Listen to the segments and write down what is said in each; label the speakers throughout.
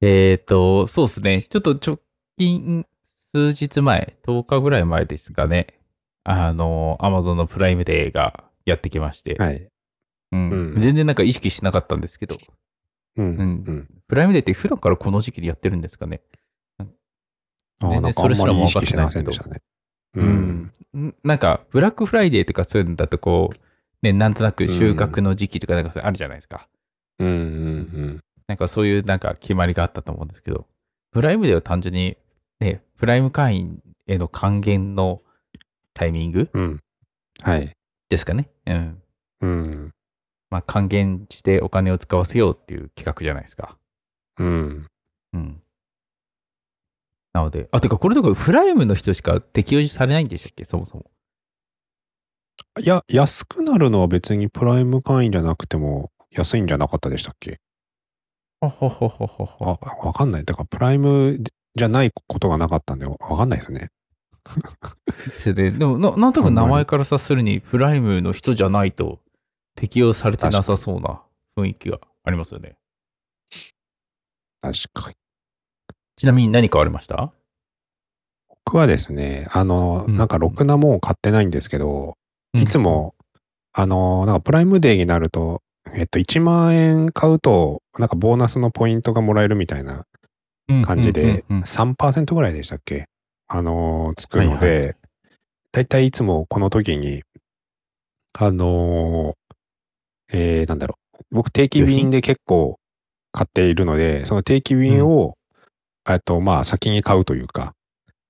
Speaker 1: えっ、と、そうですね。ちょっと直近、数日前、10日ぐらい前ですかね。あの、Amazon のプライムデーがやってきまして。
Speaker 2: はい。
Speaker 1: うん
Speaker 2: うん
Speaker 1: 全然なんか意識しなかったんですけど、
Speaker 2: う
Speaker 1: う
Speaker 2: ん。うんん。
Speaker 1: プライムデーって普段からこの時期でやってるんですかね。
Speaker 2: あー
Speaker 1: 全然
Speaker 2: なんか
Speaker 1: それすらも
Speaker 2: あんまり
Speaker 1: 分
Speaker 2: 意
Speaker 1: かって
Speaker 2: 識し
Speaker 1: ない
Speaker 2: ま
Speaker 1: です
Speaker 2: せ
Speaker 1: け
Speaker 2: ん
Speaker 1: ど
Speaker 2: でしたね。
Speaker 1: う。んなんか、ブラックフライデーとかそういうのだとこう、ね、なんとなく収穫の時期とかなんかそれあるじゃないですか。
Speaker 2: うん。うん。
Speaker 1: なんかそういうなんか決まりがあったと思うんですけど、プライムでは単純に、ね、プライム会員への還元のタイミング
Speaker 2: うん。うん。はい。
Speaker 1: ですかね。うん。
Speaker 2: うん。
Speaker 1: まあ還元してお金を使わせようっていう企画じゃないですか。
Speaker 2: うん。
Speaker 1: うん。なので、あ、てかこれとかプライムの人しか適用されないんでしたっけ、そもそも。
Speaker 2: いや、安くなるのは別にプライム会員じゃなくても安いんじゃなかったでしたっけ
Speaker 1: ほほほほほ
Speaker 2: あ、
Speaker 1: ほ。
Speaker 2: わかんない。だからプライムじゃないことがなかったんで、わかんないですね。
Speaker 1: それで、でもな、なんとなく名前から察するに、プライムの人じゃないと適用されてなさそうな雰囲気がありますよね。
Speaker 2: 確かに。
Speaker 1: ちなみに何かありました
Speaker 2: 僕はですね、あの、
Speaker 1: うん
Speaker 2: なんかろくなもん買ってないんですけど、
Speaker 1: うん
Speaker 2: いつも、あの、なんかプライムデーになると、えっと、1万円買うと、なんかボーナスのポイントがもらえるみたいな感じで、
Speaker 1: うんうんうん
Speaker 2: 3%ぐらいでしたっけあのーつく
Speaker 1: は
Speaker 2: の
Speaker 1: いは
Speaker 2: で、だいたいいつもこの時に、あのーえー、なんだろう。僕、定期便で結構買っているので、その定期便を、えっと、まあ、先に買うというか、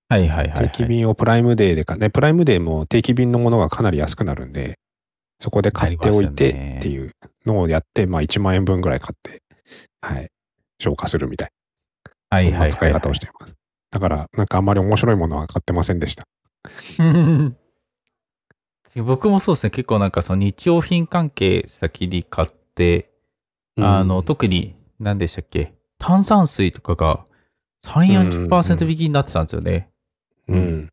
Speaker 1: はいはいはい、は
Speaker 2: 定
Speaker 1: い。
Speaker 2: 期便をプライムデーで買ね、プライムデーも定期便のものがかなり安くなるんで、そこで買っておい
Speaker 1: なりますよね
Speaker 2: てっていうのをやって、まあ、1万円分ぐらい買って、はい、消化するみたいな
Speaker 1: は
Speaker 2: こんな使い方をしています。だから、なんかあんまり面白いものは買ってませんでした。
Speaker 1: て。僕もそうですね、結構なんかその日用品関係先に買って、あの、特に何でしたっけ、炭酸水とかが3、40%引きになってたんですよね。
Speaker 2: うん、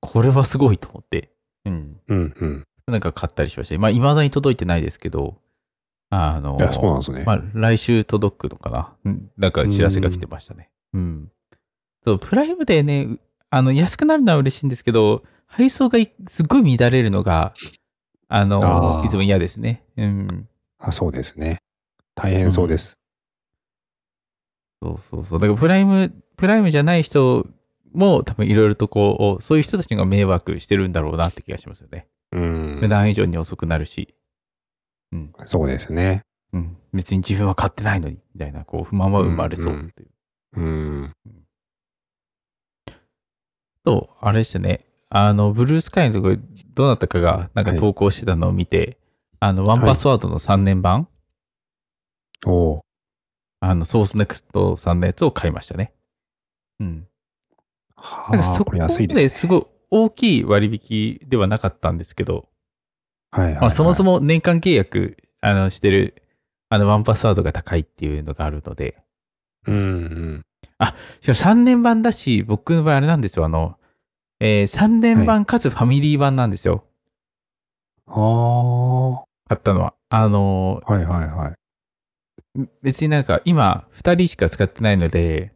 Speaker 1: これはすごいと思って。うん。
Speaker 2: うん、うん。
Speaker 1: なんか買ったりしました。まあ、未だに届いてないですけど、あの
Speaker 2: い、や、そうなんですね。
Speaker 1: まあ、来週届くのかなうんなんか知らせが来てましたね。うん。そう、プライムでね、うあの、安くなるのは嬉しいんですけど、配送がいすごい乱れるのが、あの、
Speaker 2: あー
Speaker 1: いつも嫌ですね。うん。
Speaker 2: あ、そうですね。大変そうです。
Speaker 1: そうそうそう。だから、プライム、プライムじゃない人も、多分いろいろとこう、そういう人たちが迷惑してるんだろうなって気がしますよね。
Speaker 2: うん。
Speaker 1: 値段以上に遅くなるし、
Speaker 2: そうですね。
Speaker 1: うん。別に自分は買ってないのに、みたいな、こう、不満は生まれそうっていう。
Speaker 2: うん。
Speaker 1: と、あれでしたね、あの、ブルースカイのところどうなったかが、なんか
Speaker 2: はい
Speaker 1: 投稿してたのを見て、あの、ワンパスワードの3年版、
Speaker 2: おう
Speaker 1: あの、ソースネクストさんのやつを買いましたね。うん。
Speaker 2: は
Speaker 1: なんか
Speaker 2: あ、
Speaker 1: そ
Speaker 2: こ
Speaker 1: こ
Speaker 2: れ
Speaker 1: ま
Speaker 2: 安い
Speaker 1: で
Speaker 2: です
Speaker 1: す
Speaker 2: ね。
Speaker 1: ごい大きい割引ではなかったんですけど、
Speaker 2: はいはい、はい。
Speaker 1: まあ、そもそも年間契約あのしてる、あの、ワンパスワードが高いっていうのがあるので、
Speaker 2: うん、うん。
Speaker 1: しかも3年版だし、僕の場合あれなんですよ、あの、え3年版かつファミリー版なんですよ、
Speaker 2: あ
Speaker 1: 買ったのは。あの、
Speaker 2: あー。はいはいはい。
Speaker 1: 別になんか今2人しか使ってないので、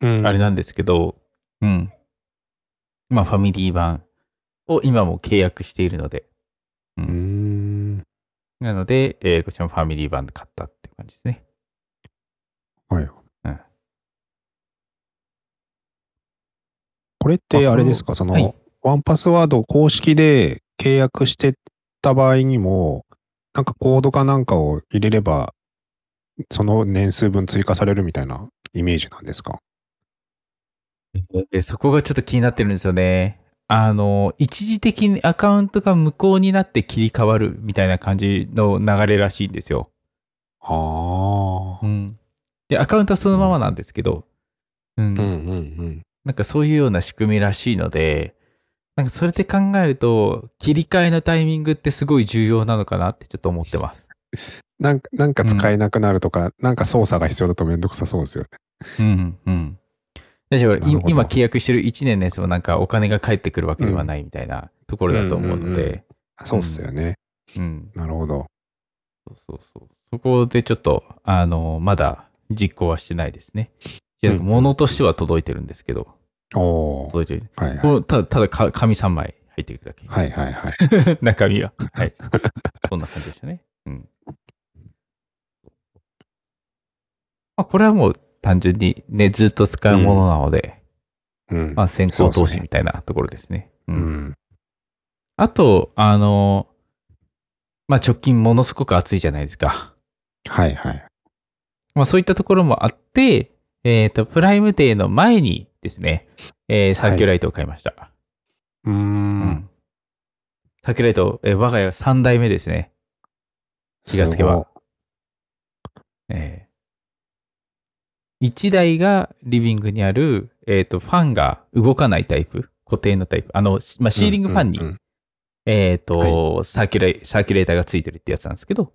Speaker 2: うん。
Speaker 1: あれなんですけど、うん。まあファミリー版を今も契約しているので、
Speaker 2: うん。
Speaker 1: なので、えーこちらもファミリー版で買ったって感じですね。
Speaker 2: はい
Speaker 1: うん。
Speaker 2: これってあれですか、その、
Speaker 1: はい
Speaker 2: ワンパスワード公式で契約してた場合にも、なんかコードかなんかを入れれば、その年数分追加されるみたいなイメージなんですか
Speaker 1: でそこがちょっと気になってるんですよね。あの、一時的にアカウントが無効になって切り替わるみたいな感じの流れらしいんですよ。
Speaker 2: ああ。
Speaker 1: ん。で、アカウントはそのままなんですけど、うん
Speaker 2: うんうん
Speaker 1: なんかそういうような仕組みらしいので、なんかそれで考えると、切り替えのタイミングってすごい重要なのかなってちょっと思ってます。
Speaker 2: なんか、なんか使えなくなるとか、なんか操作が必要だとめんどくさそうですよね。
Speaker 1: うんうん。だし、俺
Speaker 2: なるほど
Speaker 1: 今契約してる1年のやつもなんかお金が返ってくるわけではないみたいなところだと思うので、
Speaker 2: そうっすよね。
Speaker 1: うん。
Speaker 2: なるほど。
Speaker 1: そうそうそう。そこでちょっと、あの、まだ実行はしてないですね。いや物としては届いてるんですけど、
Speaker 2: おー
Speaker 1: 届いてる。
Speaker 2: はいはい
Speaker 1: こうただ、ただか、紙3枚入ってるだけ。
Speaker 2: はいはいはい。
Speaker 1: 中身は。はい。そんな感じでしたね。うん。まあ、これはもう単純にね、ずっと使うものなので、
Speaker 2: うん
Speaker 1: ま。あ、先行
Speaker 2: そう
Speaker 1: 投
Speaker 2: です
Speaker 1: 資
Speaker 2: ね
Speaker 1: みたいなところですね。う。
Speaker 2: うんん。
Speaker 1: あと、あの、まあ、直近ものすごく暑いじゃないですか。
Speaker 2: はいはい。
Speaker 1: まあ、そういったところもあって、えっ、と、プライムデーの前にですね、えーサーキュライトを買いました。
Speaker 2: うー。。
Speaker 1: うんサーキュライト、えー我が家3代目ですね。気がつけば
Speaker 2: すごい。
Speaker 1: えー、1台がリビングにある、えー、とファンが動かないタイプ固定のタイプあの、しまあ、シーリングファンに、
Speaker 2: うんうんうん
Speaker 1: えーとサーキュレサーキュレーターがついてるってやつなんですけど、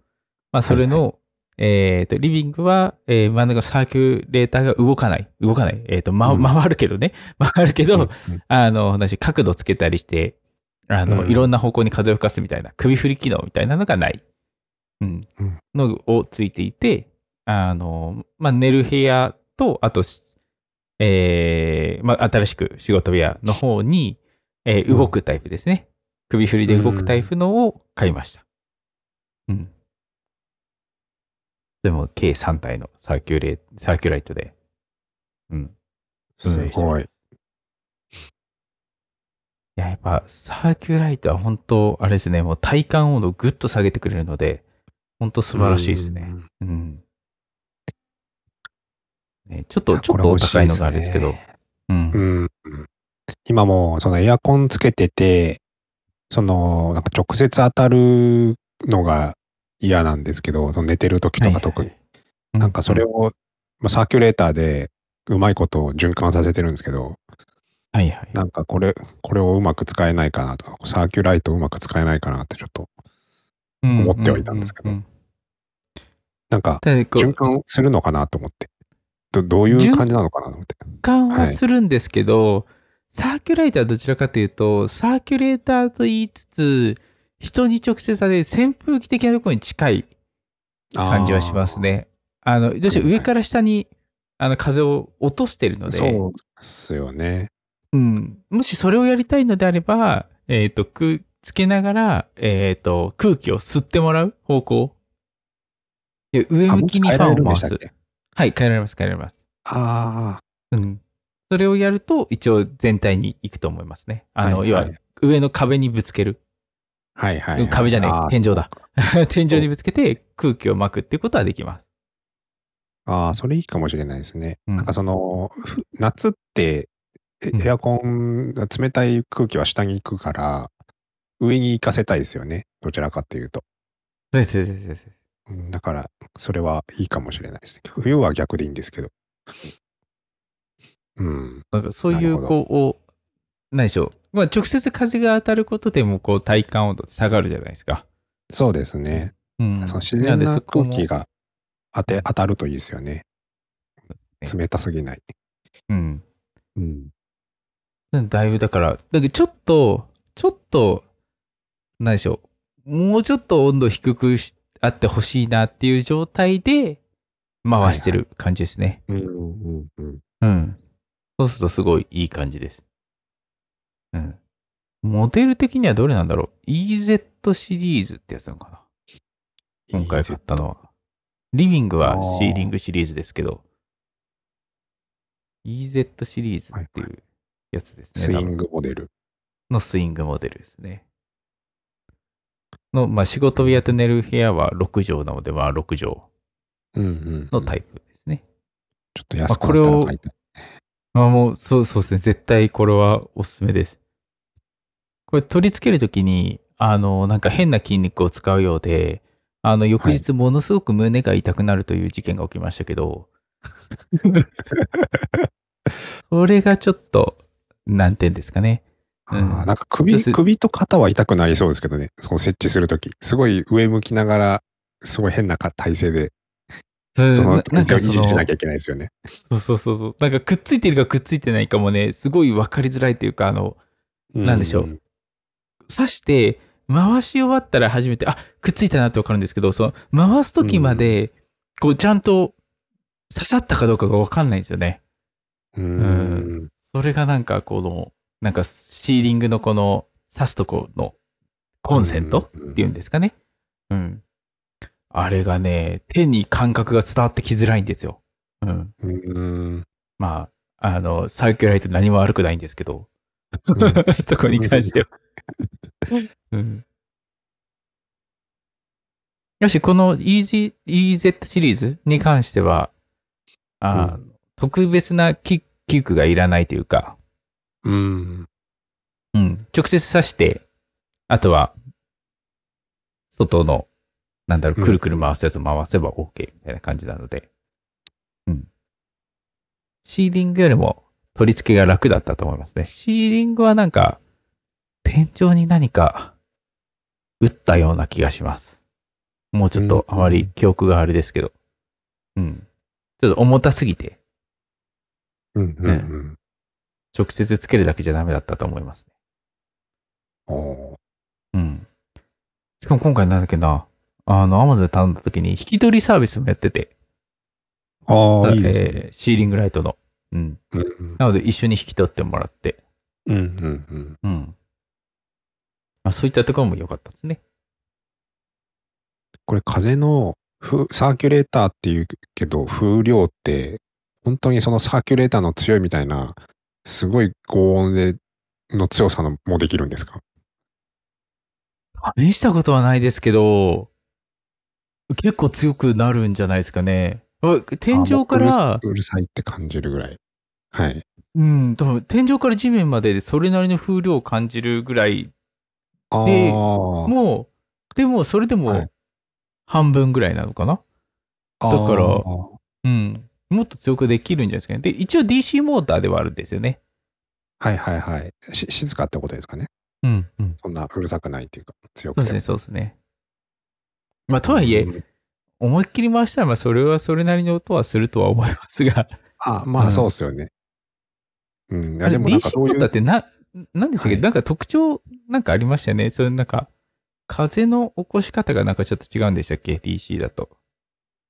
Speaker 1: まあ、それの、えー、とリビングは、えー真ん中のサーキュレーターが動かない動かない、えーとま
Speaker 2: うん
Speaker 1: 回るけどね 回るけど、
Speaker 2: うんうん
Speaker 1: あの私角度つけたりしてあの、
Speaker 2: うん
Speaker 1: いろんな方向に風を吹かすみたいな首振り機能みたいなのがない、うん
Speaker 2: うん
Speaker 1: のをついていてあの、まあ、寝る部屋とあとし、えーまあ、新しく仕事部屋の方に、えー
Speaker 2: うん
Speaker 1: 動くタイプですね、首振りで動くタイプのを買いました、うん、でも計3体のサーキュレサーキュライトで、うん、
Speaker 2: すごい。
Speaker 1: いや、やっぱサーキュライトは本当、あれですね、もう体感温度をぐっと下げてくれるので、本当素晴らしいですね。うん。ねちょっ
Speaker 2: い
Speaker 1: と、
Speaker 2: や
Speaker 1: ちょっ
Speaker 2: ことれ
Speaker 1: お
Speaker 2: 欲しい
Speaker 1: 高いのがあれ
Speaker 2: で
Speaker 1: です
Speaker 2: すね
Speaker 1: けど、うん
Speaker 2: う。ん。うん。今も、そのエアコンつけてて、その、なんか直接当たるのが嫌なんですけど、その寝てる時とか特に。
Speaker 1: に
Speaker 2: なんかそれを、まあ、サーキュレーターでうまいことを循環させてるんですけど、
Speaker 1: はいはい。
Speaker 2: なんかこれ、これをうまく使えないかなとか、サーキュライトをうまく使えないかなってちょっと、思ってはいたんですけど
Speaker 1: うう
Speaker 2: なんか
Speaker 1: うんうんただ
Speaker 2: 循
Speaker 1: こう
Speaker 2: 環するのかなと思って。どどういう感じなのかなと思って。
Speaker 1: 循環は
Speaker 2: はい
Speaker 1: するんですけど、サーキュライターはどちらかというと、サーキュレーターと言いつつ、人に直接当てる扇風機的なところに近い感じはしますね。あの、どうしても上から下に、あの風を落としてる
Speaker 2: あ
Speaker 1: の
Speaker 2: ー。
Speaker 1: で、
Speaker 2: そうっすよね。
Speaker 1: うん、もしそれをやりたいのであれば、えっ、と、くつけながら、えっ、と、空気を吸ってもらう方向。いや上
Speaker 2: あ
Speaker 1: 向きにファンを回す。
Speaker 2: もう変えられるんでしたっけ
Speaker 1: はい、変えられます、変えられます。
Speaker 2: あ
Speaker 1: うん。それをやると、一応全体に行くと思いますね。
Speaker 2: あ。
Speaker 1: あの、
Speaker 2: はい
Speaker 1: 要
Speaker 2: は
Speaker 1: は、上の壁にぶつける。
Speaker 2: いはいはい。
Speaker 1: 壁じゃねえ
Speaker 2: あー
Speaker 1: 天井だ。 天井にぶつけて空気を巻くっていうことはできます。
Speaker 2: ああ、それいいかもしれないですね。
Speaker 1: うん
Speaker 2: なんかその、ふ夏って、え
Speaker 1: うん
Speaker 2: エアコン、冷たい空気は下に行くから、上に行かせたいですよね。どちらかっていうと。
Speaker 1: そうです、そうですそうです。
Speaker 2: うんだから、それはいいかもしれないですね。冬は逆でいいんですけど。うん。
Speaker 1: なんかそうい
Speaker 2: なる
Speaker 1: う、
Speaker 2: ほど
Speaker 1: こう、何でしょう。まあ、直接風が当たることでも、こう、体感温度って下がるじゃないですか。
Speaker 2: そうですね。
Speaker 1: うん
Speaker 2: その自然
Speaker 1: んで
Speaker 2: な
Speaker 1: そこ
Speaker 2: 空
Speaker 1: も
Speaker 2: 気が当て、当たるといいですよね。
Speaker 1: ね
Speaker 2: 冷たすぎない。
Speaker 1: うん。
Speaker 2: うん。
Speaker 1: だいぶだから、だけどちょっと、ちょっと、何でしょう。もうちょっと温度低くしあってほしいなっていう状態で回してる感じですね。
Speaker 2: うんうんうん。
Speaker 1: うん。そうするとすごいいい感じです。うん。モデル的にはどれなんだろう ?EZ シリーズってやつなのかな今回買ったのは。リビングはシーリングシリーズですけど、EZ シリーズっていうやつですね。
Speaker 2: スイ
Speaker 1: 多分
Speaker 2: ングモデル。
Speaker 1: のスイングモデルですね。の、まあ、仕事部屋と寝る部屋は6畳なので、まあ、6畳
Speaker 2: うんうん。
Speaker 1: のタ
Speaker 2: イプ。
Speaker 1: イプですね。
Speaker 2: ちょっと安くなった
Speaker 1: まあ
Speaker 2: ら
Speaker 1: これを
Speaker 2: 買いたい。
Speaker 1: まあ、もう、そうそうですね。絶対これはおすすめです。これ取り付けるときに、あの、なんか変な筋肉を使うようで、あの、翌日ものすごく胸が痛くなるという事件が起きましたけど、それがちょっと、難点ですかね。
Speaker 2: あ
Speaker 1: う
Speaker 2: ー
Speaker 1: ん
Speaker 2: なんか
Speaker 1: ちょ
Speaker 2: 首
Speaker 1: っと
Speaker 2: 首と肩は痛くなりそうですけどね、その設置するとき。すごい上向きながら、すごい変なか体勢で、
Speaker 1: そ
Speaker 2: その
Speaker 1: ななん
Speaker 2: 体勢
Speaker 1: かそ
Speaker 2: を維持
Speaker 1: の
Speaker 2: しなきゃいけないですよね。
Speaker 1: そうそうそうそう。なんかくっついてるかくっついてないかもね、すごい分かりづらいというか、あの、なんでしょう
Speaker 2: うん。
Speaker 1: 刺して、回し終わったら初めて、あくっついたなって分かるんですけど、その、回す時まで、こう、ちゃんと、刺さったかどうかがわかんないんですよね。
Speaker 2: う
Speaker 1: う
Speaker 2: ーん。
Speaker 1: それがなんかこの、なんかシーリングのこの刺すとこのコンセント
Speaker 2: うん
Speaker 1: っていうんですかね。うん。あれがね、手に感覚が伝わってきづらいんですよ。うん。
Speaker 2: うーん。
Speaker 1: まあ、あの、サーキュライト何も悪くないんですけど、
Speaker 2: うん
Speaker 1: そこに関しては。うんよし、この EZ, EZ シリーズに関しては、あー特別なキ器具がいらないというか、
Speaker 2: うん。
Speaker 1: うん、直接刺して、あとは、外の、なんだろ
Speaker 2: う
Speaker 1: う、
Speaker 2: ん
Speaker 1: くるくる回すやつ回せば OK みたいな感じなので、うん。シーリングよりも取り付けが楽だったと思いますね。シーリングはなんか、天井に何か打ったような気がします。もうちょっとあまり記憶があれですけど、うん。ちょっと重たすぎて、
Speaker 2: うん。う んうん。
Speaker 1: 直接つけるだけじゃダメだったと思います。
Speaker 2: おー
Speaker 1: うん。しかも今回なんだっけな、あの、アマゾンで頼んだ時に引き取りサービスもやってて、
Speaker 2: ああ、いいです
Speaker 1: え
Speaker 2: ね。
Speaker 1: ーシーリングライトの。うん。
Speaker 2: うん
Speaker 1: なので一緒に引き取ってもらって、
Speaker 2: うんうんうん。
Speaker 1: うん。まあ、そういったところも良かったですね。
Speaker 2: これ風のふサーキュレーターっていうけど風量って本当にそのサーキュレーターの強いみたいなすごい高音での強さのもできるんですか
Speaker 1: 試したことはないですけど、結構強くなるんじゃないですかね。あ天井か
Speaker 2: あも
Speaker 1: ら
Speaker 2: う、うるうるさいって感じるぐらい。はい。
Speaker 1: うん、多分天井から地面まででそれなりの風量を感じるぐらい
Speaker 2: ああ。
Speaker 1: でもう、でもそれで
Speaker 2: は
Speaker 1: も
Speaker 2: い
Speaker 1: 半分ぐらいなのかな、
Speaker 2: だ
Speaker 1: だからうん。もっと強くできるんじゃないですかね。で、一応 DC モーターではあるんですよね。
Speaker 2: はいはいはい。し静かってことですかね。
Speaker 1: うん。うん。
Speaker 2: そんなうるさくないっていうか
Speaker 1: そ
Speaker 2: 強
Speaker 1: う
Speaker 2: く
Speaker 1: ですね、
Speaker 2: て。
Speaker 1: そうですね。まあ、とはいえ
Speaker 2: う、ん
Speaker 1: 思いっきり回したら、まあ、それはそれなりの音はするとは思いますが、
Speaker 2: あま
Speaker 1: う
Speaker 2: あ
Speaker 1: ん
Speaker 2: そうっすよね。うん。いや
Speaker 1: あれ
Speaker 2: でもなんか
Speaker 1: DC
Speaker 2: そう
Speaker 1: モ
Speaker 2: い
Speaker 1: ーターっ
Speaker 2: う。
Speaker 1: てな、なんでしたっけ、
Speaker 2: はい
Speaker 1: なんか特徴なんかありましたよね。それなんか、風の起こし方がなんかちょっと違うんでしたっけ ?DC だと。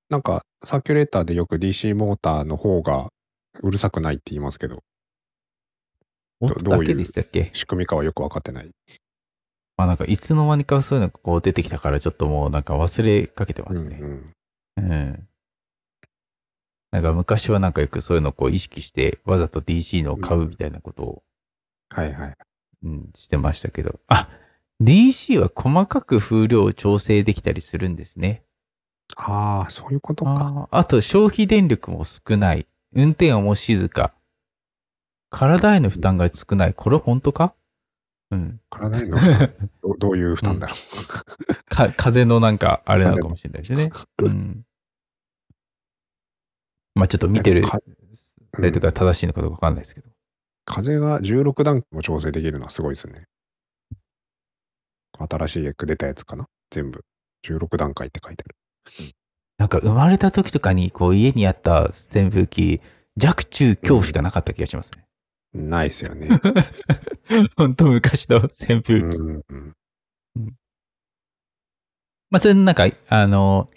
Speaker 2: なんかサーキュレーターでよく DC モーターの方がうるさくないって言いますけど、
Speaker 1: 音
Speaker 2: どうい
Speaker 1: だ
Speaker 2: う
Speaker 1: けでしたっけ
Speaker 2: 仕組みかはよく分かってない。
Speaker 1: まあ、なんか、いつの間にかそういうのがこう出てきたから、ちょっともうなんか忘れかけてま
Speaker 2: う
Speaker 1: す
Speaker 2: ん
Speaker 1: ね。
Speaker 2: うん、
Speaker 1: うん。なんか昔はなんかよくそういうのをこう意識してわざと DC のを買うみたいなことを、
Speaker 2: はいはい。
Speaker 1: うん、してましたけど。あ DC は細かく風量を調整できたりするんですね。
Speaker 2: ああ、そういうことか。
Speaker 1: あーあと消費電力も少ない。運転音も静か。体への負担が少ない。これ本当かうん。
Speaker 2: 体への負担 どうどういう負担だろ
Speaker 1: か風のなんかあれなのかもしれないです
Speaker 2: う。
Speaker 1: ね。うん。まあちょっと見てる
Speaker 2: かうん
Speaker 1: 世代とか正しいのかどうかわかんないですけど。
Speaker 2: 風が16段も調整できるのはすごいですね。新しいエッグ出たやつかな全部。16段階って書いてある。
Speaker 1: なんか生まれた時とかにこう家にあった扇風機弱中強しかなかった気がしますね。
Speaker 2: ないですよね。
Speaker 1: ほんと昔の扇風機。
Speaker 2: うんうん、
Speaker 1: まあそれのなんか、あの、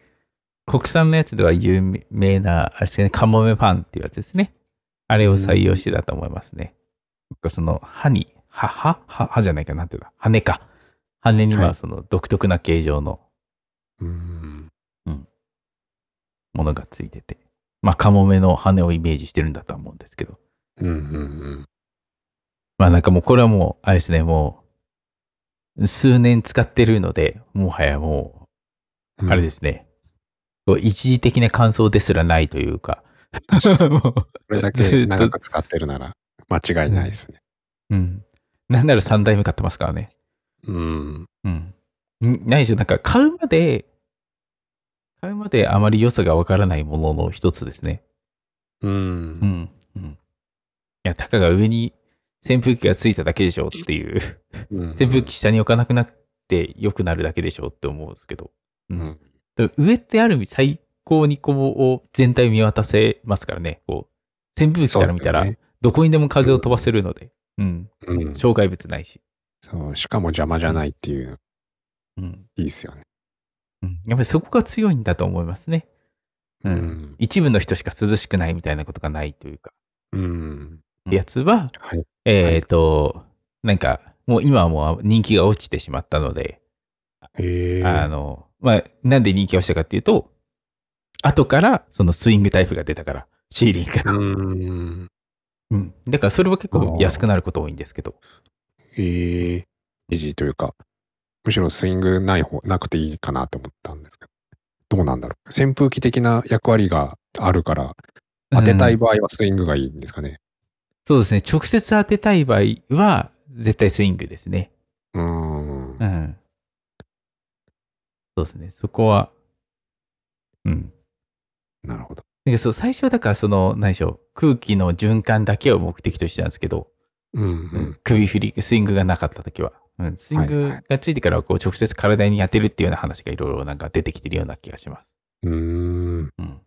Speaker 1: 国産のやつでは有名な、あれですよね、カモメファンっていうやつですね。あれを採用してたと思いますね。なんかその歯に、歯、歯歯歯じゃないかなんていうか、羽か。羽に
Speaker 2: は
Speaker 1: はいその独特な形状の
Speaker 2: うん。
Speaker 1: ものがついてて。まあカモメの羽をイメージしてるんだとは思うんですけど。
Speaker 2: うんうん
Speaker 1: まあなんかもうこれはもう、あれですね、もう、数年使ってるので、もはやも
Speaker 2: う
Speaker 1: う、
Speaker 2: ん。。
Speaker 1: あれですすね、こう一時的な感想ですらないというか、も
Speaker 2: これだけ長く使ってるなら間違いないですね。
Speaker 1: う、うん。なんなら3代目買ってますからね。
Speaker 2: うん。
Speaker 1: うん。んないしょ、なんか買うまで、買うまであまり良さがわからないものの一つですね。
Speaker 2: う。
Speaker 1: うんん。うん。いや、たかが上に扇風機がついただけでしょっていう。
Speaker 2: うん
Speaker 1: 扇風機。下に置かなくなって良くなるだけでしょって思うんですけど、
Speaker 2: うん
Speaker 1: でも上ってある意味最高にこう全体見渡せますからねこう扇風機
Speaker 2: そ
Speaker 1: か
Speaker 2: う
Speaker 1: ら見た
Speaker 2: だ
Speaker 1: ら
Speaker 2: よね
Speaker 1: どこにでも風を飛ばせるので、うん
Speaker 2: うん。
Speaker 1: 障害物ないし、
Speaker 2: そう。しかも邪魔じゃないっていう、
Speaker 1: うん
Speaker 2: いいですよね。
Speaker 1: うんやっぱりそこが強いんだと思いますねうん一部の人しか涼しくないみたいなことがないというか、
Speaker 2: うん。う
Speaker 3: う
Speaker 2: ん。
Speaker 3: ん
Speaker 1: やつは、
Speaker 2: はい。
Speaker 1: えっ、と、なんか、もう今はもう人気が落ちてしまったので、
Speaker 2: えー、
Speaker 1: あの、まあ、なんで人気が落ちたかっていうと、後からそのスイングタイプが出たから、シーリングが。
Speaker 2: うん。
Speaker 1: うん。だからそれは結構
Speaker 2: あー
Speaker 1: 安くなること多いんですけど。
Speaker 2: えー、イージーというか、むしろスイングない方、なくていいかなと思ったんですけど、どうなんだろう。扇風機的な役割があるから、当てたい
Speaker 1: うん
Speaker 2: 場合はスイングがいいんですかね。
Speaker 1: そうですね。直接当てたい場合は、絶対スイングですね。
Speaker 2: うーん。ん
Speaker 1: うん。そうですね。そこは、うん。
Speaker 2: なるほど。
Speaker 1: なんかそう、最初はだからその、何でしょう、空気の循環だけを目的としてたんですけど、
Speaker 2: うん、う
Speaker 1: うん
Speaker 2: ん。
Speaker 1: 首振り、スイングがなかった時は。うん、スイングがついてからはこう直接体に当てるっていうような話がいろいろなんか出てきてるような気がします。
Speaker 2: うーん。
Speaker 1: うん。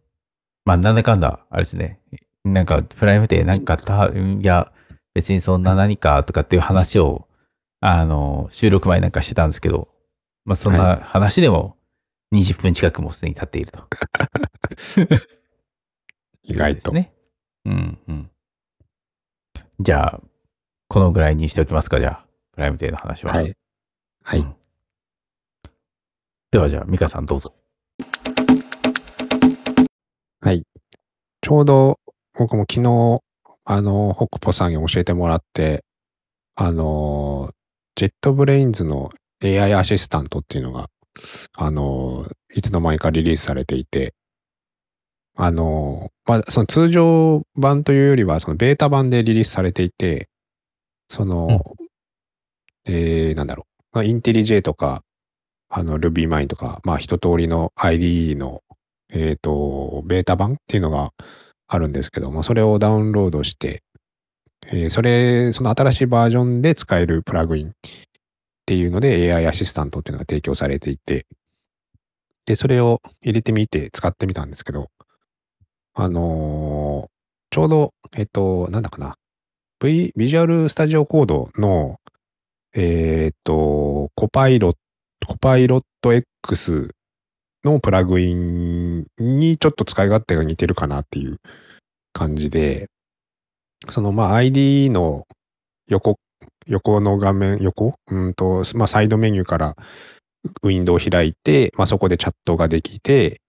Speaker 1: まあ、なんだかんだ、あれですね。なんか、プライムデーなんかあった、うんいや、別にそんな何かとかっていう話を、あの、収録前なんかしてたんですけど、まあ、そんな
Speaker 2: は
Speaker 1: 話でも、20分近くもうすでに経っていると。
Speaker 2: 意外
Speaker 1: です
Speaker 2: と。
Speaker 1: ね。うんうん。じゃあ、このぐらいにしておきますか、じゃあ、プライムデーの話は。
Speaker 2: はい。はい。
Speaker 1: うんでは、じゃあ、ミカさんどうぞ。
Speaker 2: ちょうど僕も昨日、あの、ホックポさんに教えてもらって、あの、ジェットブレインズの AI アシスタントっていうのが、あの、いつの間にかリリースされていて、あの、まあ、その通常版というよりは、そのベータ版でリリースされていて、その、えー、なんだろう、まあインテリ J とか、あの、RubyMine とか、まあ、一通りの IDE の、えっ、と、ベータ版っていうのがあるんですけど、まあ、それをダウンロードして、えーそれ、その新しいバージョンで使えるプラグインっていうので AI アシスタントっていうのが提供されていて、で、それを入れてみて使ってみたんですけど、あのーちょうど、えっ、と、なんだかな、V、ビジュアルスタジオコードの、えっ、と、コパイロット、コパイロット X のプラグインにちょっと使い勝手が似てるかなっていう感じで、そのまあ ID の横、横の画面、横うんと、まあサイドメニューからウィンドウを開いて、まあそこでチャットができて、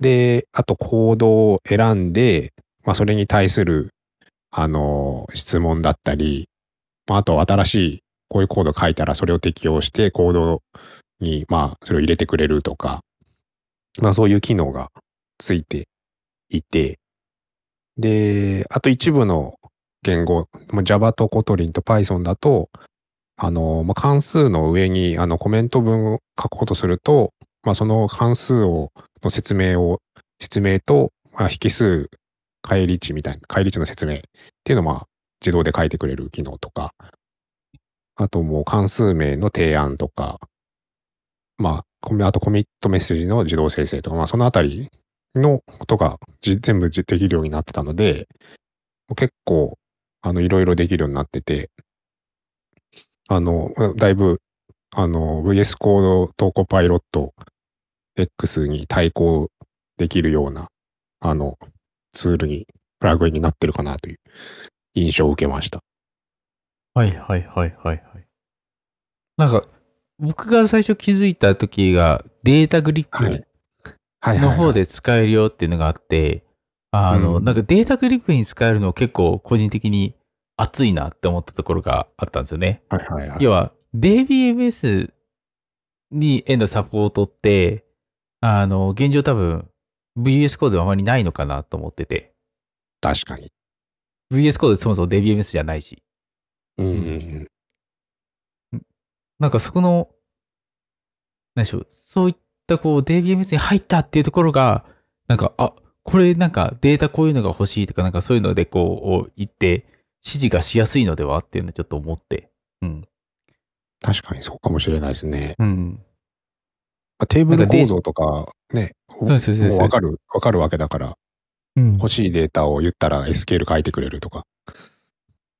Speaker 2: で、あとコードを選んで、まあそれに対する、あの、質問だったり、まああと新しいこういうコード書いたらそれを適用してコードに、まあそれを入れてくれるとか、まあそういう機能がついていて、で、あと一部の言語、まあ Java と Kotlin と Python だと、あの、まあ、関数の上にあのコメント文を書こうとすると、まあその関数を、の説明を、説明と、まあ、引数、返り値みたいな、返り値の説明っていうのをまあ自動で書いてくれる機能とか、あともう関数名の提案とか、まあ、コミあとコミットメッセージの自動生成とか、まあ、そのあたりのことがじ全部じできるようになってたので、結構、あの、いろいろできるようになってて、あの、だいぶ、あの、VS コード投稿パイロット X に対抗できるような、あの、ツールに、プラグインになってるかなという印象を受けました。
Speaker 1: はいはいはいはいはい。なんか、僕が最初気づいた時が、データグリッ
Speaker 2: はい
Speaker 1: プ
Speaker 2: はい
Speaker 1: の方。で使えるよっていうのがあって、あの、
Speaker 2: うん
Speaker 1: なんかデータグリップに使えるの結構個人的に熱いなって思ったところがあったんですよね。
Speaker 2: はいはいはい。
Speaker 1: 要は、DBMS にへのサポートって、あの、現状多分 VS コードはあまりないのかなと思ってて、
Speaker 2: 確かに。
Speaker 1: VS コードそもそも DBMS じゃないし、
Speaker 2: うんうん
Speaker 1: なんかそこの、何でしょう、そういったこう DBMS に入ったっていうところが、なんか、あ、これなんかデータこういうのが欲しいとか、なんかそういうのでこう言って、指示がしやすいのではっていうのをちょっと思って。うん。
Speaker 2: 確かにそうかもしれないですね。
Speaker 1: うん。
Speaker 2: まあテーブ
Speaker 1: な
Speaker 2: ル
Speaker 1: んかで
Speaker 2: 構造とかね、
Speaker 1: そうそうそう
Speaker 2: もう
Speaker 1: そう
Speaker 2: わ。かる、わかるわけだから、
Speaker 1: うん
Speaker 2: 欲しいデータを言ったら SQL 書いてくれるとか、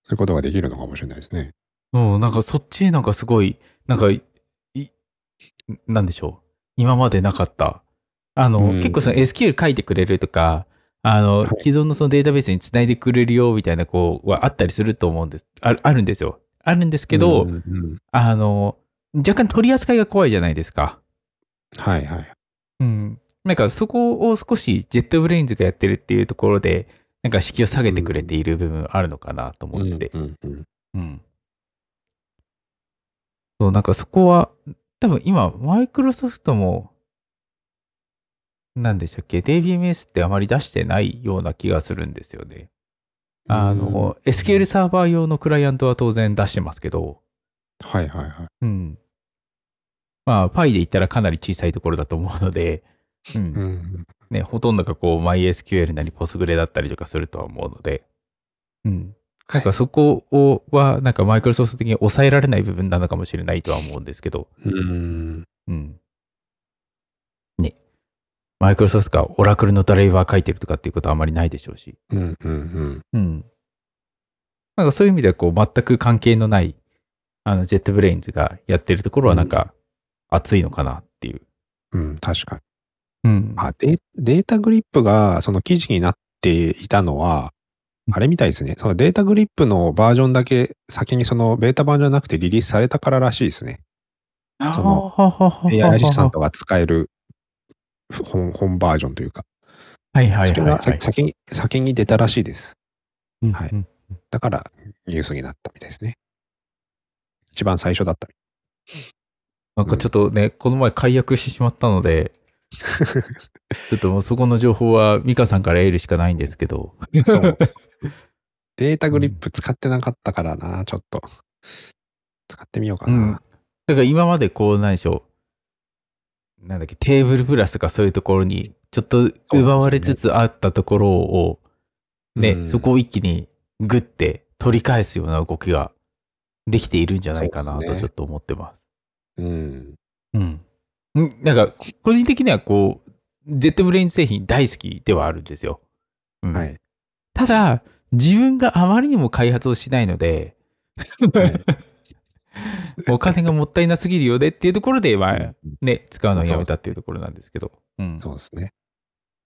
Speaker 2: そういうことができるのかもしれないですね。
Speaker 1: うん、なんかそっちなんかすごい、なんか、い、なんでしょう。今までなかった、あの、
Speaker 2: うん
Speaker 1: 結構その SQL 書いてくれるとか、あの、
Speaker 2: はい
Speaker 1: 既存のそのデータベースにつないでくれるよみたいな、こう、はあったりすると思うんです。あるあるんですよ。あるんですけど、
Speaker 2: うんうん
Speaker 1: あの、若干取り扱いが怖いじゃないですか。
Speaker 2: はいはい。
Speaker 1: うん。なんかそこを少しジェットブレインズがやってるっていうところで、なんか敷を下げてくれている部分あるのかなと思ってて。
Speaker 2: うんうん
Speaker 1: うん。そう、なんかそこは、多分今、マイクロソフトも、なんでしたっけ、DBMS ってあまり出してないような気がするんですよね。あの、SQL サーバー用のクライアントは当然出してますけど、
Speaker 2: はいはいはい。
Speaker 1: うん。まあ、パイで言ったらかなり小さいところだと思うので、うん
Speaker 2: う。ん
Speaker 1: ね、ほとんどがこう MySQL なり Postgre だったりとかするとは思うので、うん。なんかそこをは、なんかマイクロソフト的に抑えられない部分なのかもしれないとは思うんですけど、
Speaker 2: うん。
Speaker 1: うん。ね。マイクロソフトがオラクルのドライバー書いてるとかっていうことはあまりないでしょうし、
Speaker 2: うんうんうん。
Speaker 1: うん。なんかそういう意味ではこう全く関係のない、あの、ジェットブレインズがやってるところはなんか熱いのかなっていう。
Speaker 2: うん、確かに。
Speaker 1: うん
Speaker 2: あで、データグリップがその記事になっていたの
Speaker 1: う
Speaker 2: は、
Speaker 1: ん
Speaker 2: あれみたいですね。そのデータグリップのバージョンだけ先にそのベータ版じゃなくてリリースされたかららしいですね。その
Speaker 1: ははははは
Speaker 2: AI アシスタントが使える本本バージョンというか、
Speaker 1: はいはい
Speaker 2: そ
Speaker 1: はい
Speaker 2: れ
Speaker 1: はい、
Speaker 2: が先先に先に出たらしいです。
Speaker 1: うん
Speaker 2: はい
Speaker 1: うん
Speaker 2: だからニュースになったみたいですね。一番最初だったみ
Speaker 1: なんかちょっとね、この前解約してしまったの で、
Speaker 2: たい。
Speaker 1: ちょっともうそこの情報は美香さんから得るしかないんですけど。
Speaker 2: そう。データグリップ使ってなかったからな、ちょっと。使ってみようかな。
Speaker 1: うんだから今までこう、何でしょう。なんだっけ、テーブルプラスとかそういうところに、ちょっと奪われつつあったところを、ね、
Speaker 2: うん
Speaker 1: そこを一気にグッて取り返すような動きができているんじゃないかな
Speaker 2: そうです
Speaker 1: と
Speaker 2: ね
Speaker 1: ちょっと思ってます。
Speaker 2: うん。
Speaker 1: うん。んなんか、個人的にはこう、ジェットブレイン製品大好きではあるんですよ。うん
Speaker 2: はい。
Speaker 1: ただ、自分があまりにも開発をしないので、
Speaker 2: はい
Speaker 1: お金がもったいなすぎるよねっていうところで、まあ、ね、使うのをやめたっていうところなんですけど、うん。
Speaker 2: そうですね。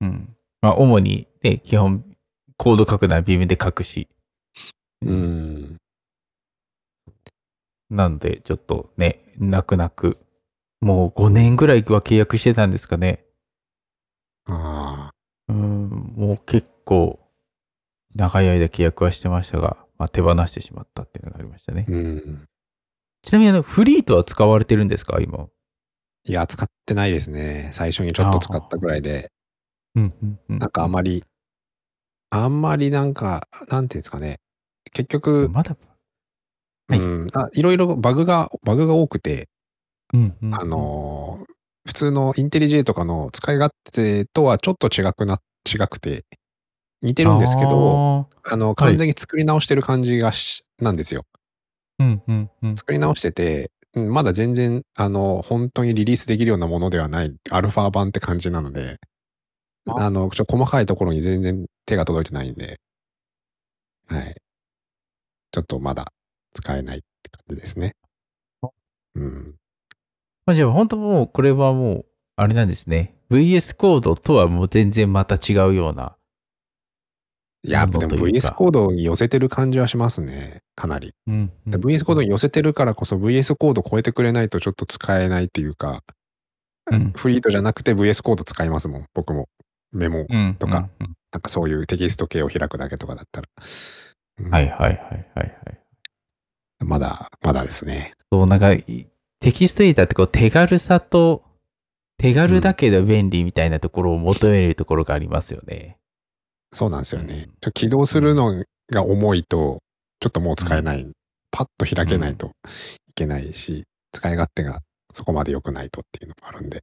Speaker 1: うん。まあ、主に、ね、基本、コード書くならビームで書くし、
Speaker 2: うん。
Speaker 1: なので、ちょっとね、泣く泣く、もう5年ぐらいは契約してたんですかね。
Speaker 2: あ
Speaker 1: う
Speaker 2: あ。
Speaker 1: ん、もう結構、長い間契約はしてましたが、まあ、手放してしまったっていうのがありましたね。
Speaker 2: うん。
Speaker 1: ちなみに、あの、フリートは使われてるんですか、今。
Speaker 2: いや、使ってないですね。最初にちょっと使ったぐらいで、
Speaker 1: うんうんうん
Speaker 2: なんかあまり、あんまりなんか、なんていうんですかね。結局、
Speaker 1: まだ、
Speaker 2: う
Speaker 1: はい
Speaker 2: ん、あいろいろバグが、バグが多くて、
Speaker 1: うんうん
Speaker 2: あ、のー普通のインテリジェとかの使い勝手とはちょっと違くな、違くて、似て
Speaker 1: い
Speaker 2: るんですけど、あの、完全に作り直してる感じがし、なんですよ。
Speaker 1: うんうんうん。
Speaker 2: 作り直してて、うんまだ全然、あの、本当にリリースできるようなものではない、アルファ版って感じなので、
Speaker 1: あ
Speaker 2: あの、ちょっと細かいところに全然手が届いてないんで、はい。ちょっとまだ使えないって感じですね。うん。
Speaker 1: まあ、じゃあ本当もうこれはもう、あれなんですね。VS コードとはもう全然また違うような。
Speaker 2: い
Speaker 1: な
Speaker 2: や、で
Speaker 1: るほど
Speaker 2: も
Speaker 1: というか
Speaker 2: VS コードに寄せてる感じはしますね。かなり。
Speaker 1: うん
Speaker 2: で VS コードに寄せてるからこそ VS コード超えてくれないとちょっと使えないっていうか、
Speaker 1: うん
Speaker 2: フリートじゃなくて VS コード使いますもん。僕も。メモ。
Speaker 1: うん
Speaker 2: とか。なんかそういうテキスト系を開くだけとかだったら。うん
Speaker 1: はいはいはいはいはい。
Speaker 2: まだ、まだですね。
Speaker 1: そう、なんかいテキストエディターってこう手軽さと、手軽だけど便利みたいなところを求めるところがありますよね。
Speaker 2: そうなんですよね。
Speaker 1: うん
Speaker 2: ちょ起動するのが重いと、ちょっともう使えない。パッと開けないといけないし、使い勝手がそこまで良くないとっていうのもあるんで。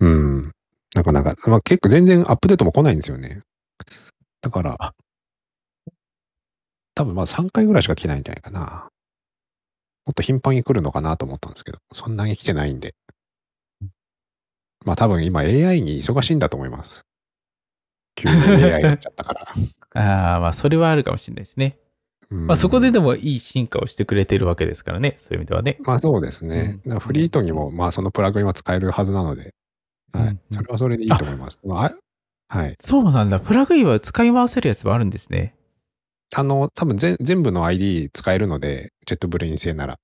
Speaker 2: うん。なかなか、まあ結構全然アップデートも来ないんですよね。だから
Speaker 1: あ、
Speaker 2: 多分まあ3回ぐらいしか来ないんじゃないかな。もっと頻繁に来るのかなと思ったんですけど、そんなに来てないんで。まあ多分今 AI に忙しいんだと思います。急に AI になっちゃっ たから。
Speaker 1: ああ、まあそれはあるかもしれないですね。
Speaker 2: ま
Speaker 1: まあそこでで
Speaker 2: も。
Speaker 1: もいい進化をしてくれてるわけですからね。そういう意味ではね。
Speaker 2: まあそうですね。
Speaker 1: うん
Speaker 2: だからフリートにも、まあそのプラグインは使えるはずなので、は
Speaker 1: うんう
Speaker 2: い
Speaker 1: ん。
Speaker 2: それはそれでいいと思います。まああはい。
Speaker 1: そうなんだ。プラグインは使い回せるやつはあるんですね。
Speaker 2: あの、多分全全部の ID 使えるので、ジェットブレイン製なら。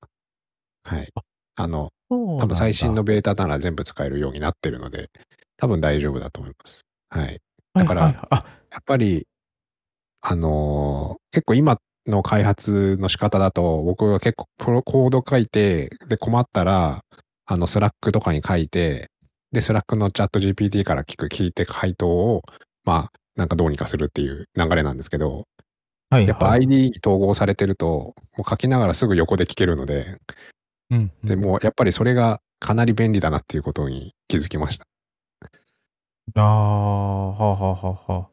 Speaker 2: はい。あの、多
Speaker 1: 多
Speaker 2: 分最新のベータなら全部使えるようになってるので、多分大丈夫だと思います。はい。だから
Speaker 1: あ、
Speaker 2: やっぱり、あのー結構今の開発の仕方だと、僕が結構プロコード書いて、で困ったら、あの、スラックとかに書いて、で、スラックのチャット GPT から聞く、聞いて回答を、まあ、なんかどうにかするっていう流れなんですけど、
Speaker 1: はいはい、
Speaker 2: やっぱ
Speaker 1: はい
Speaker 2: ID に統合されてると、もう書きながらすぐ横で聞けるので、
Speaker 1: うんうん
Speaker 2: でもうやっぱりそれがかなり便利だなっていうことに気づきました。
Speaker 1: ああ、はあはあはあは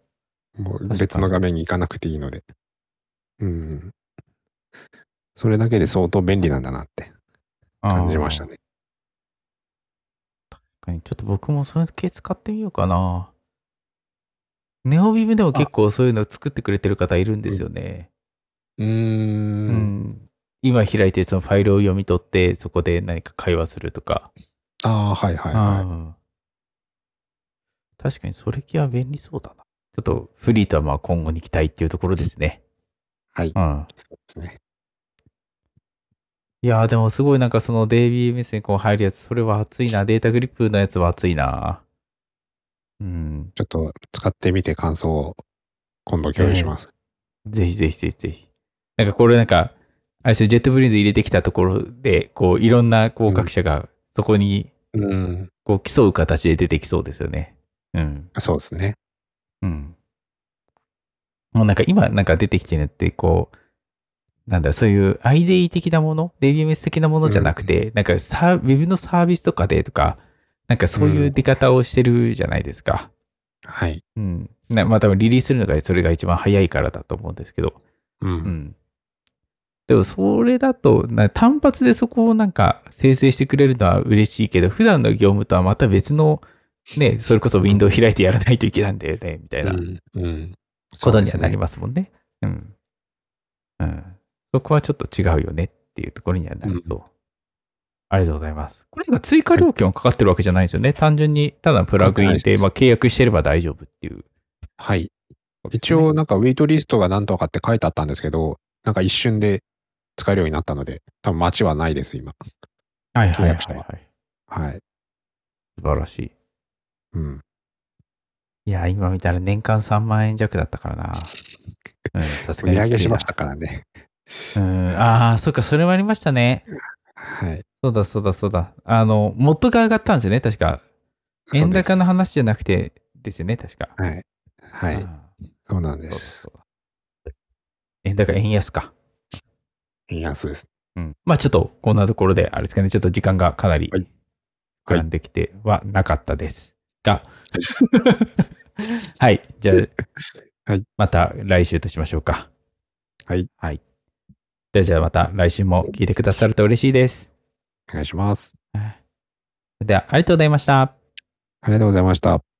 Speaker 1: あ。
Speaker 2: もう
Speaker 1: 確かに
Speaker 2: 別の画面に行かなくていいので。うん。それだけで相当便利なんだなって感じました
Speaker 1: ね。
Speaker 2: ね。
Speaker 1: 確かにちょっと僕もそれ系使ってみようかな。ネオビブでも結構そういうの作ってくれてる方いるんですよね。
Speaker 2: うー。
Speaker 1: うんん今開いてるそのファイルを読み取って、そこで何か会話するとか。
Speaker 2: ああ、はいはいは
Speaker 1: うん確かにそれ系は便利そうだな。ちょっとフリーとはまあ今後に期待っていうところですね。
Speaker 2: い。はい。
Speaker 1: うん。
Speaker 2: そうですね。
Speaker 1: いやーでもすごいなんかその DBMS にこう入るやつ、それは熱いな。データグリップのやつは熱いな。うん。
Speaker 2: ちょっと使ってみて感想を今度共有します。
Speaker 1: ぜひぜひぜひぜひ。なんかこれなんか、あれですよジェットブリーズ入れてきたところで、こういろんなこ
Speaker 2: う
Speaker 1: うん各社がそこに
Speaker 2: うん。
Speaker 1: こう競う形で出てきそうですよね。うん。
Speaker 2: そうですね。
Speaker 1: うん。もうなんか今なんか出てきてるのって、こう、なんだ、そういう IDE 的なもの、DBMS 的なものじゃなくて、なんかサーウェブのサービスとかでとか、なんかそういう出方をしてるじゃないですか。
Speaker 2: はい。
Speaker 1: うん。なまあ多分リリースするのがそれが一番早いからだと思うんですけど。う
Speaker 2: う。
Speaker 1: んん。でもそれだと、な単発でそこをなんか生成してくれるのは嬉しいけど、普段の業務とはまた別の、ね、それこそウィンドウを開いてやらないといけないんだよね、みたいな
Speaker 2: うん。うん。
Speaker 1: ことにはなり
Speaker 2: ま
Speaker 1: ますもんね。うん。うん。そこはちょっと違うよねっていうところにはなりそう。ありがとうございます。これなんか追加料金はかかってるわけじゃないですよね。単純にただプラグイン
Speaker 2: かかってな
Speaker 1: で、
Speaker 2: いです
Speaker 1: まあ、契約してれば大丈夫っていう、
Speaker 2: す。はい。一応、なんかウェイトリストが何とかって書いてあったんですけど、なんか一瞬で使えるようになったので、多分待ちはないです、今。
Speaker 1: はいはい
Speaker 2: 契
Speaker 1: はい、
Speaker 2: 約者
Speaker 1: は。
Speaker 2: はいはい。
Speaker 1: 素晴らしい。
Speaker 2: うん。
Speaker 1: いや、今見たら年間3万円弱だった からな。うん、さすが
Speaker 2: 値
Speaker 1: に
Speaker 2: 上
Speaker 1: きついな。
Speaker 2: げしましたからね。
Speaker 1: うん、ああ、そっか、それもありましたね。
Speaker 2: はい。
Speaker 1: そうだ、そうだ、そうだ。あの、元が上がったんですよね、確か。円高の話じゃなくて、ですよね、確か。
Speaker 2: はい。は
Speaker 1: あ
Speaker 2: い。
Speaker 1: ー
Speaker 2: そうなんで
Speaker 1: そうだ
Speaker 2: す。
Speaker 1: そうだ。円高、円安か。
Speaker 2: 円安です。
Speaker 1: うん。まあ、ちょっと、こんなところで、あれですかね、ちょっと時間がかなり
Speaker 2: はい
Speaker 1: 膨らんできてはなかったです が、はい、じゃあ、
Speaker 2: はい
Speaker 1: また来週としましょうか。
Speaker 2: はい。
Speaker 1: はい。じゃあ、じゃあまた来週も聞いてくださると嬉しいです。
Speaker 2: お願いします。
Speaker 1: はいでは、ありがとうございました。
Speaker 2: ありがとうございました。